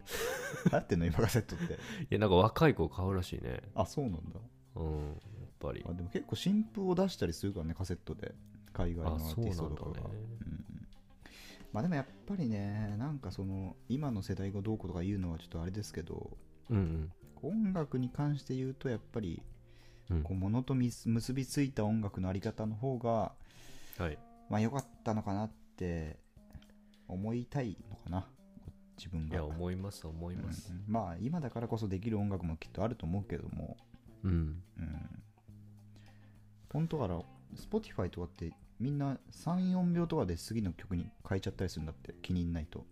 ぱ流行ってんの今カセットって
いやなんか若い子買うらしいね
あそうなんだ
うんやっぱり
あでも結構新風を出したりするからねカセットで海外のア
あ
ー
そう
テ
な
ィ
ん
ス
だ
ト
ね
とかがうんまあでもやっぱりねなんかその今の世代がどうこうとか言うのはちょっとあれですけど
うんうん
音楽に関して言うとやっぱり
うん
こう物とみす結びついた音楽のあり方の方が
はい
まあ良かったのかなって思いたいのかな自分
い
が
や思います思います
うんまあ今だからこそできる音楽もきっとあると思うけども
うん
うん本当から Spotify とかってみんな34秒とかで次の曲に変えちゃったりするんだって気に入んないと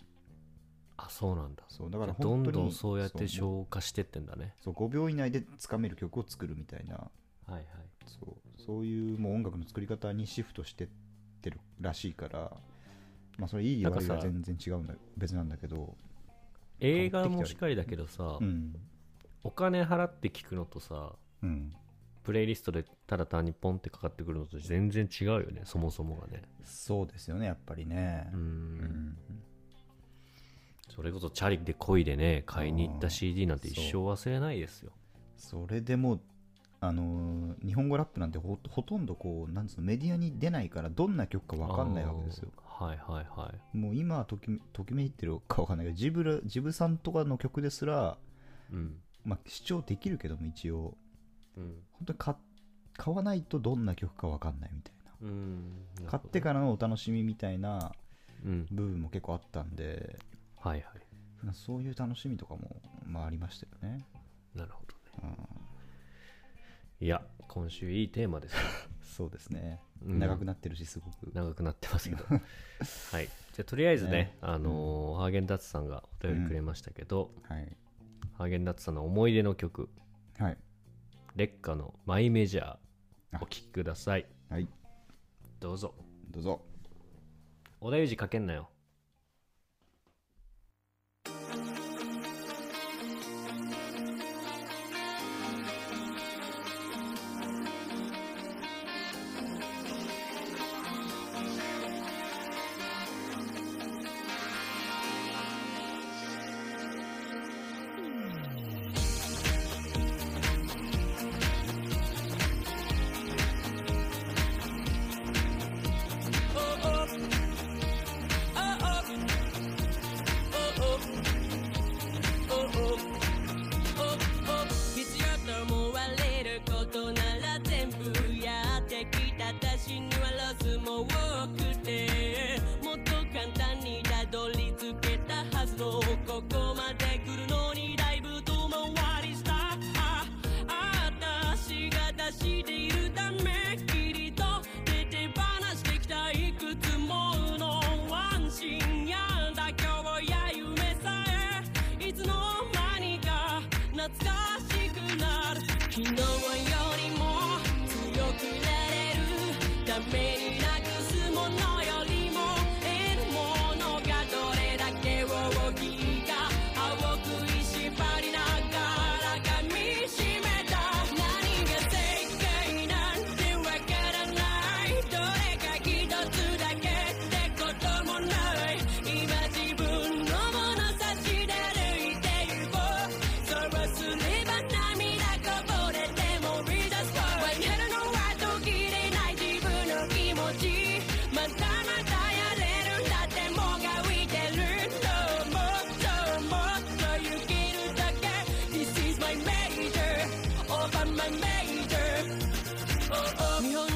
あそうなんだ
そうだから
どん
本当に
どんそうやって
そう
消化してってんだね
そう5秒以内でつかめる曲を作るみたいな
はいはい
そうそういうもう音楽の作り方にシフトしてってるらしいから、まあ、それいい悪い
なん
は
かさ
全然違うんだ別なんだけど、
映画もしっかりだけどさ、
うん
お金払って聞くのとさ
うん、
プレイリストでただ単にポンってかかってくるのと全然違うよねそもそもがね
そうですよねやっぱりね
うん、
うん
それこそチャリで漕いでね買いに行った CD なんて一生忘れないですよ
それでもうあのー日本語ラップなんてほほとんどこうなんつうのメディアに出ないからどんな曲か分かんないわけですよ
あーはいはいはい
もう今ときめときめいてるか分かんないけどジブラジブさんとかの曲ですら、
うん
まあ、視聴できるけども一応
うん
本当に買買わないとどんな曲か分かんないみたいな
うん
買ってからのお楽しみみたいな
うん
部分も結構あったんで
はいはい
そういう楽しみとかも、まあ、ありましたよね、
なるほどね
うん、
いや今週いいテーマですよ
そうですね、
うん
長くなってるしすごく
長くなってますけ どはいじゃあとりあえずねあのーハーゲンダッツさんがお便りくれましたけど、
はい
ハーゲンダッツさんの思い出の曲
はい。
劣化のマイメジャー
あ
お聴きください
はい。
どうぞ
どうぞ。
小田裕二かけんなよ
必要と思われることなら全部やってきた私にはロスも多くてもっと簡単にたどり着けたはずのここまで来るのにだいぶ遠回りしたああ私が出しているためきりと出て話してきたいくつもの安心や妥協や夢さえいつの間にか懐かしくなる昨日よりも強くなれるためになくすものよりも得るものがどれだけ大きいか青く石張りながら噛みしめた何が正解なんてわからないどれか一つだけってこともない今自分のもの差し出歩いてゆこうそうすれば涙こぼれてもリ出すわやるのは途切れない自分の気持ちまたまたやれるんだってもが浮いてるどうもどうもとゆけるだけ This is my major over my major 日本の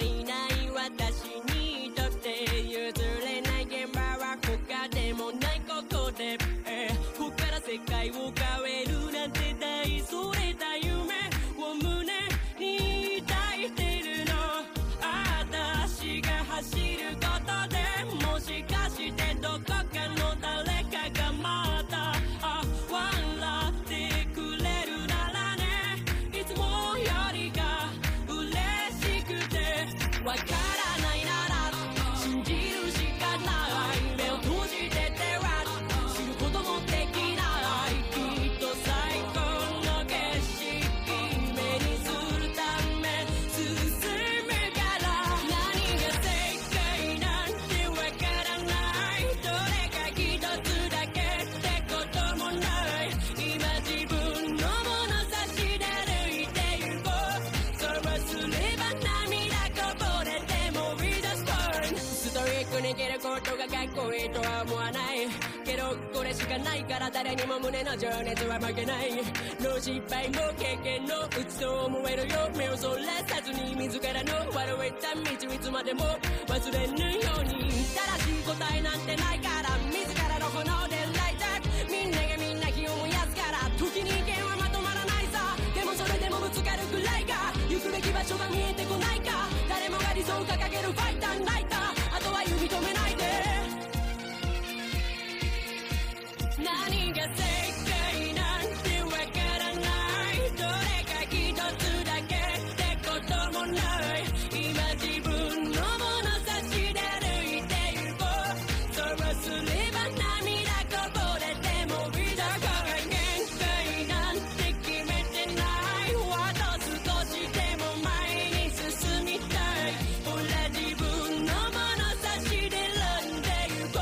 いない私にとって譲れない現場は他でもないここで、えーここから世界を変えるなんて大それた夢を胸に抱いてるの私が走ることでもしかしてどこかの誰かがまたあ笑ってくれるならねいつもよりが嬉しくてわからないなら信じるしかない目を閉じてては知ることもできないきっと最高の景色目にするため進むから何が正解なんてわからないどれか一つだけってこともない今自分のもの差し出歩いてゆこうそうすれば涙こぼれても We just burn ストイックに生きることがかっこいいとは思わないけどこれしかないから誰にも胸の情熱は負けないの失敗も経験のうちと思えるよ目をそらさずに自らの悪いた道いつまでも忘れぬように正しい答えなんてないから自らの炎でライターみんながみんな火を燃やすから時に意見はまとまらないさでもそれでもぶつかるくらいか行くべき場所が見えてこないか誰もが理想を掲げるファイターライターあとは指止めないで何が正解なんてわからないどれか一つだけってこともない今自分のもの差し出歩いてゆこうそうすれば涙こぼれてもビザが限界なんて決めてないあと少しでも前に進みたいほら自分のもの差し出るんでゆこ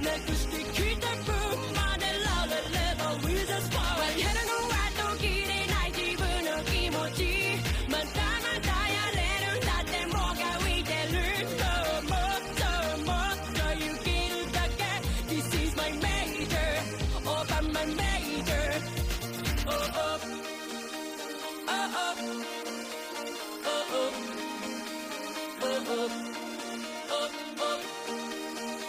うなくしてきた分までられれば With a spark やるのは途切れない自分の気持ちまたまたやれるんだってもが浮いてるどうもどうもとゆけるだけ This is my major over my major oh oh oh oh oh oh oh oh oh oh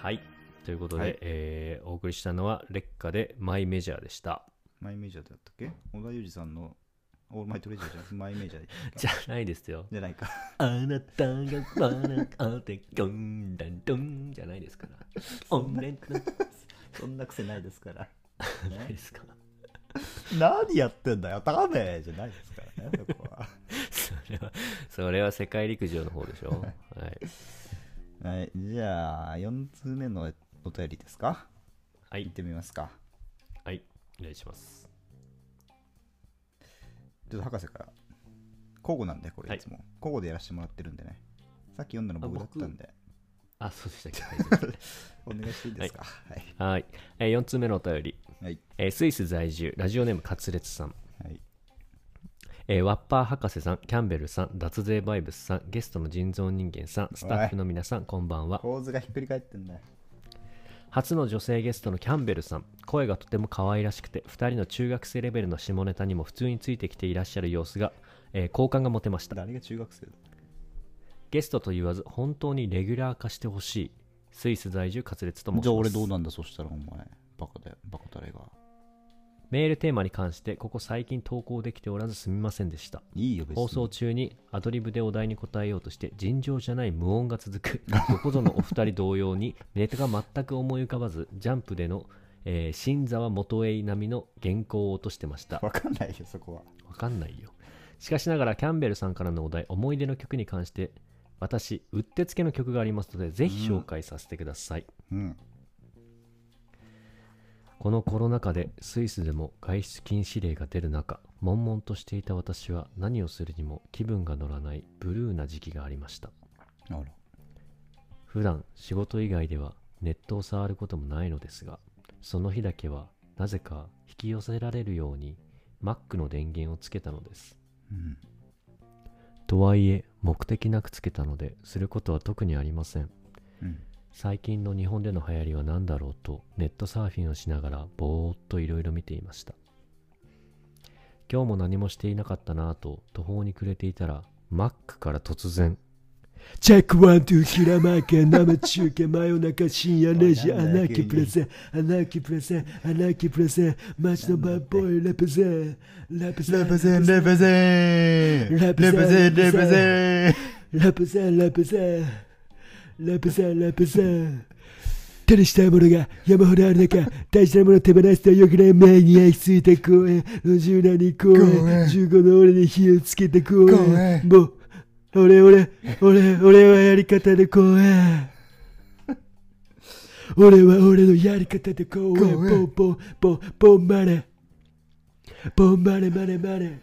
はいということで、
はい
えーお送りしたのは劣化でマイメジャーでした
マイメジャーだったっけ小田裕二さんの オールマイトレジャーじゃなくてマイメジャー
じゃないですよ。
じゃないか
あなたが笑ってどんだんどんじゃないですから。おめでとう
そんな癖ないですから
ないですか。
何やってんだよ高めじゃないですからねそこ は
それは、それは世界陸上の方でしょ。はい。
はいじゃあ4通目のお便りですか
は
行
い
っ。てみますか
はい。お願いします。
ちょっと博士から交互なんでこ
は
れ
い
いつも、交互でやらせてもらってるんでねさっき読んだの僕
あ
だっ
僕
たんで
あ、そうでしたっけはいすいません。
お願いしていいですかはい
はい、えー、4つ目のお便り、
はい
えースイス在住ラジオネームカツレツさん、
はい
えーワッパー博士さんキャンベルさん脱税バイブスさんゲストの人造人間さんスタッフの皆さんこんばんは
構図がひっくり返ってんだよ
初の女性ゲストのキャンベルさん声がとても可愛らしくて2人の中学生レベルの下ネタにも普通についてきていらっしゃる様子が、えー好感が持てました
誰が中学生だ
ゲストと言わず本当にレギュラー化してほしいスイス在住カツレツと申します
じゃあ俺どうなんだそしたらお前バカだよバカたれが
メールテーマに関してここ最近投稿できておらずすみませんでした
いいよ別に
放送中にアドリブでお題に答えようとして尋常じゃない無音が続く どこぞのお二人同様にネタが全く思い浮かばずジャンプでの、えー新沢元栄並みの原稿を落としてましたわ
わかんないよそこは
かんないよしかしながらキャンベルさんからのお題思い出の曲に関して私うってつけの曲がありますのでぜひ紹介させてください、
うん
このコロナ禍でスイスでも外出禁止令が出る中悶々としていた私は何をするにも気分が乗らないブルーな時期がありました
あら
普段仕事以外ではネットを触ることもないのですがその日だけはなぜか引き寄せられるように Mac の電源をつけたのです
うん
とはいえ目的なくつけたのですることは特にありません
うん
最近の日本での流行りは何だろうとネットサーフィンをしながらぼーっといろいろ見ていました今日も何もしていなかったなぁと途方に暮れていたら Mac から突然
チェックワン、ツー、ひらまけ、生中継、真夜中、深夜0時、
おいな
ア
んだよ
ナーキープレゼン、アナーキープレゼン、アナーキープレゼン、マジのバッボーイ、レプゼン、レプゼン、
レプゼンレプゼン
レプゼ
レプゼ
ン
ンレプゼン
レプゼン、レプゼン、レプゼン、レプゼン。手にしたいものが山ほどある中、大事なものを手放してはよくない前に焼き付いた公園、50代に公園、15の俺に火をつけた公園、もう、俺、俺、俺、俺はやり方で公園。俺は俺のやり方で公園、ポンポン、ポン、ポンマネ。ポンマネマネマネ。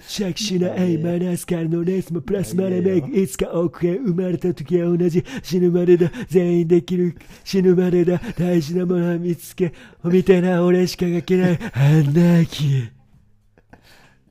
シャキシナ A マイナスからのレースもプラスマネメイクいつか億円生まれた時は同じ死ぬまでだ全員できる死ぬまでだ大事なものは見つけみたいな俺しか書けないあんなき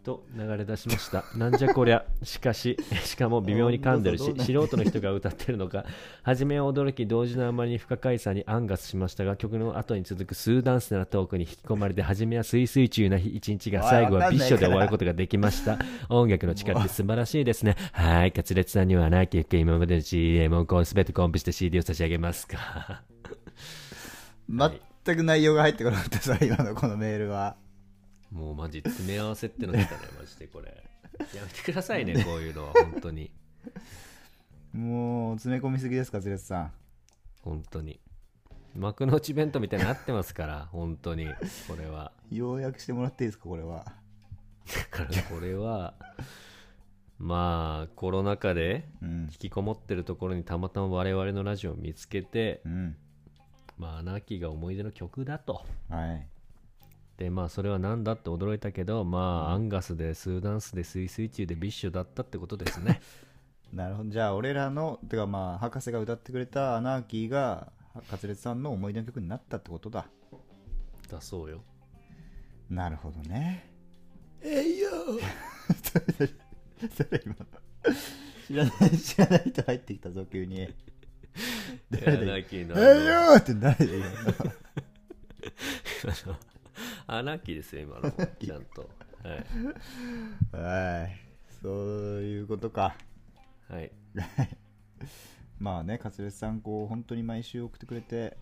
と流れ出しましたなんじゃこりゃしかし しかも微妙に噛んでる
ど
し
うぞどうぞ
素人の人が歌ってるのか初めは驚き同時のあまりに不可解さにアンガスしましたが曲の後に続くスーダンスなトークに引き込まれて初めはスイスイ中な日一日が最後は美女で終わることができました音楽の力って素晴らしいですねはいカツレツさんにはなき服今までの CM をこう全てコンプして CD を差し上げますか
全く内容が入ってこなくてさ今のこのメールは
もうマジ詰め合わせっての来たねマジでこれやめてくださいね こういうのは本当に
もう詰め込みすぎですかズレツさん
本当に幕の内弁当みたいになってますから 本当にこれ は
要約してもらっていいですかこれは
だからこれはまあコロナ禍で
うん
引きこもってるところにたまたま我々のラジオを見つけて
う、ん
まあ、アナーキーが思い出の曲だと
はい
でまあそれは何だって驚いたけどまあアンガスでスーダンスでスイスイ中でビッシュだったってことです ね
なるほどじゃあ俺らのてかまあ博士が歌ってくれたアナーキーがカツレツさんの思い出の曲になったってことだ
だそうよ
なるほどね
えいよ
それ今の知らない知らない人入ってきたぞ急に
アナーキー
「え
の
い
あ
よ
の
ー!」って誰だよ
アナーキーですよ今のちゃんとはい
今のはいそういうことか
はい
まあねカツレツさんこう本当に毎週送ってくれて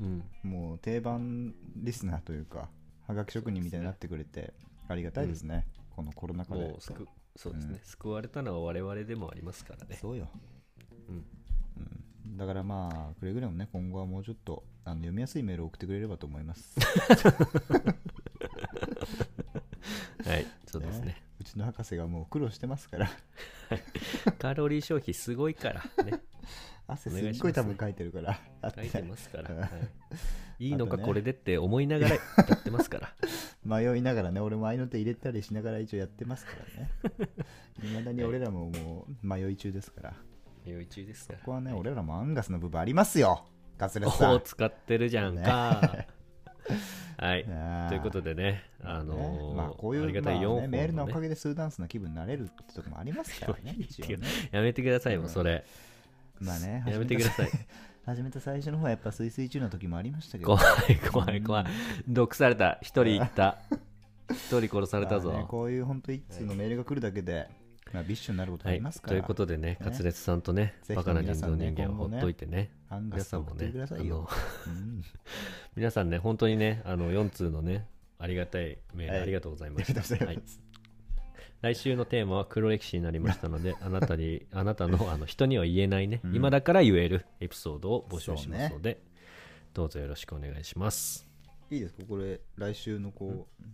うん
もう定番リスナーというかはがき職人みたいになってくれてありがたいですねこのコロナ禍で
もう救そうですね、救われたのは我々でもありますからね
そうよ、
うん
うん、だからまあくれぐれもね今後はもうちょっとあの読みやすいメールを送ってくれればと思います
はいそうですね
ね うちの博士がもう苦労してますから
カロリー消費すごいからね
汗
お
す
願いします
っごい多分書いてるから
書いてます から、
うん
はい、いいのか
あとね
これでって思いながら歌ってます から
迷いながらね俺も合いの手入れたりしながら一応やってますからね いまだに俺らももう迷い中ですから
迷い中ですから
ここはね、俺らもアンガスの部分ありますよガスレスさ
おお
ん
使ってるじゃんか、 はい
ねえ
ということでねあの
ね
ー
まあこう
あ
い
りが
う、
たい4
まあ
本
ねメールのおか
ね
げでスーダンスの気分になれるってとこもありますから ね一応ね
やめてくださいもうそれ、
まあね
やめてください
始めた最初の方はやっぱスイスイ中の時もありましたけど
怖い怖い怖い毒された一人行 った一人殺されたぞ、
まあねこういう本当一通のメールが来るだけで、まあ、ビッシュになることあ
は
り
い
ます、か
と
ら、
いうことでね、滑舌さんとね、
ぜひ
バカな人造人間をほ
皆さんね
っといてね、
アンガ
皆
ス
さ
を
んも
送って
ね
くださ、いよ、うん
あの 皆さんね、本当にね、あの4通のね、ありがたいメー
は
ル、
い
ありがとうござい
あ
ま
り
し
が
た。
とうござ
はいい
ます、
来週のテーマは黒歴史になりました ので、あなたに、あなたのあの人には言えないね、
ん
今だから言えるエピソードを募集しますので、どうぞよろしくお願いします。
い、いですかこれ来週のこう、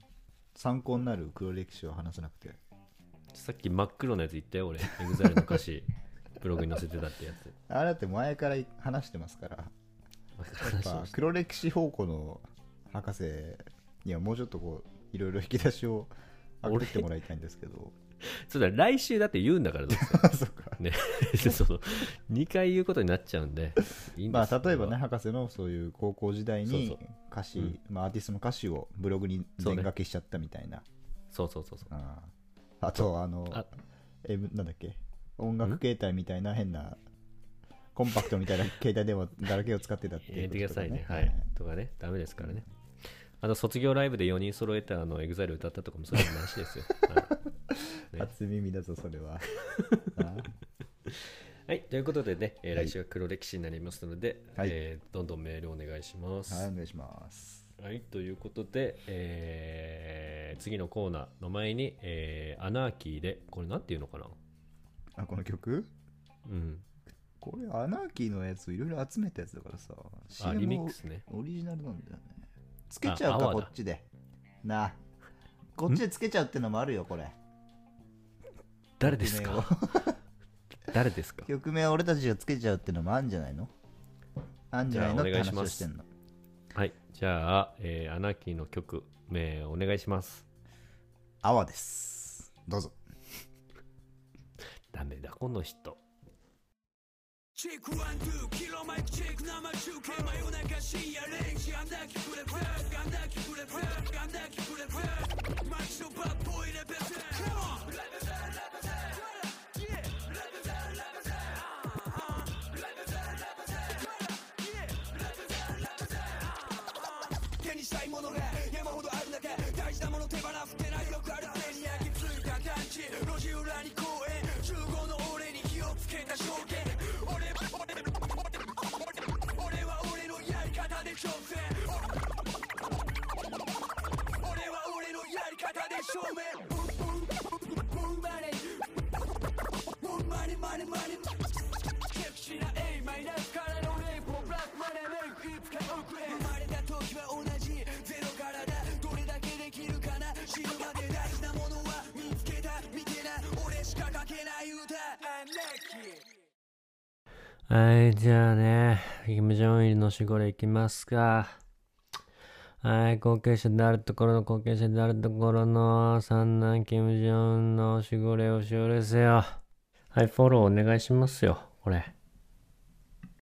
参考になる黒歴史を話さなくて
さっき真っ黒なやつ言ったよ、俺、エグザイルの歌詞、ブログに載せてたってやつ。
あれだって前から話してますから やっぱ黒歴史方向の博士にはもうちょっとこういろいろ引き出しをあげてきてもらいたいんですけ ど
そうだ、来週だって言うんだから、どうせ
そうか
ね、 そう2回言うことになっちゃうんで、いいんで
ますあ例えば
これ
ね
は
博士のそういう高校時代
そう
に
そう
歌詞まあ、アーティストの歌詞をブログに
そう
全
ね
書きしちゃったみたいな、
そうそうそうそう。
ああとあの
あ
M なんだっけ音楽携帯みたいな変なコンパクトみたいな 携帯電話だらけを使ってたってい
やめ
う
てくだ
こととか
さい
ね
ね。はい。とかね、ダメですからね。あの、卒業ライブで4人揃えて、あの、エグザイル歌ったとかもそういう話 ですよ。はいね
初耳だぞそれ はあ
はい。ということでね、えー来週は黒歴史になりますので、
はい
えーどんどんメールお願いします。
はい
は
お願いします
い。ということで、えー次のコーナーの前に、えーアナーキーで、これなんていうのかな
あこの曲
うん。
これアナーキーのやついろいろ集めたやつだからさ
あ、
CM
リミックスね。
オリジナルなんだよねつけちゃうか
あ泡
こ
だ
っちでなあこっちでつけちゃうってのもあるよこれ
誰ですか
曲
誰ですか
曲名を俺たちがつけちゃうってのもあるんじゃないのあんじゃないのっ
じ
て
ゃあお願いし
話
ます
をしてんの
はい、じゃあ、えーアナキーの曲名お願いします。
泡ですどうぞ
ダメだ、この人。
チェックワン、ツー、キロマイクチェック生中継真夜中深夜0時あんだけくれフェアあんだけくれフェアあんだけくれフェアマイクショバッボーイレペゼン Come on! レペゼンレペゼン Yeah! レペゼンレペゼン Uh-huh. レペゼンレペゼン Yeah! レペゼンレペゼン Uh-huh. 手にしたいものが山ほどある中大事なもの手放してないよくある手に焼き付いた感じ路地裏に公園中5の俺に火をつけた証言俺俺俺は俺のやり方で挑戦俺は俺のやり方で証明モンマネモンマネマネマネチェックしない A マイナスからのレイプもブラックマネーメイクいつか遅れ生まれた時は同じゼロからだどれだけできるかな死ぬまで大事なものは見つけた見てな俺しか書けない歌アンキー
はい、じゃあね、キム・ジョンイルの守護霊いきますか。はい、後継者であるところの後継者であるところの三男キム・ジョンの守護霊を使用ですよ。はい、フォローお願いしますよ、これ。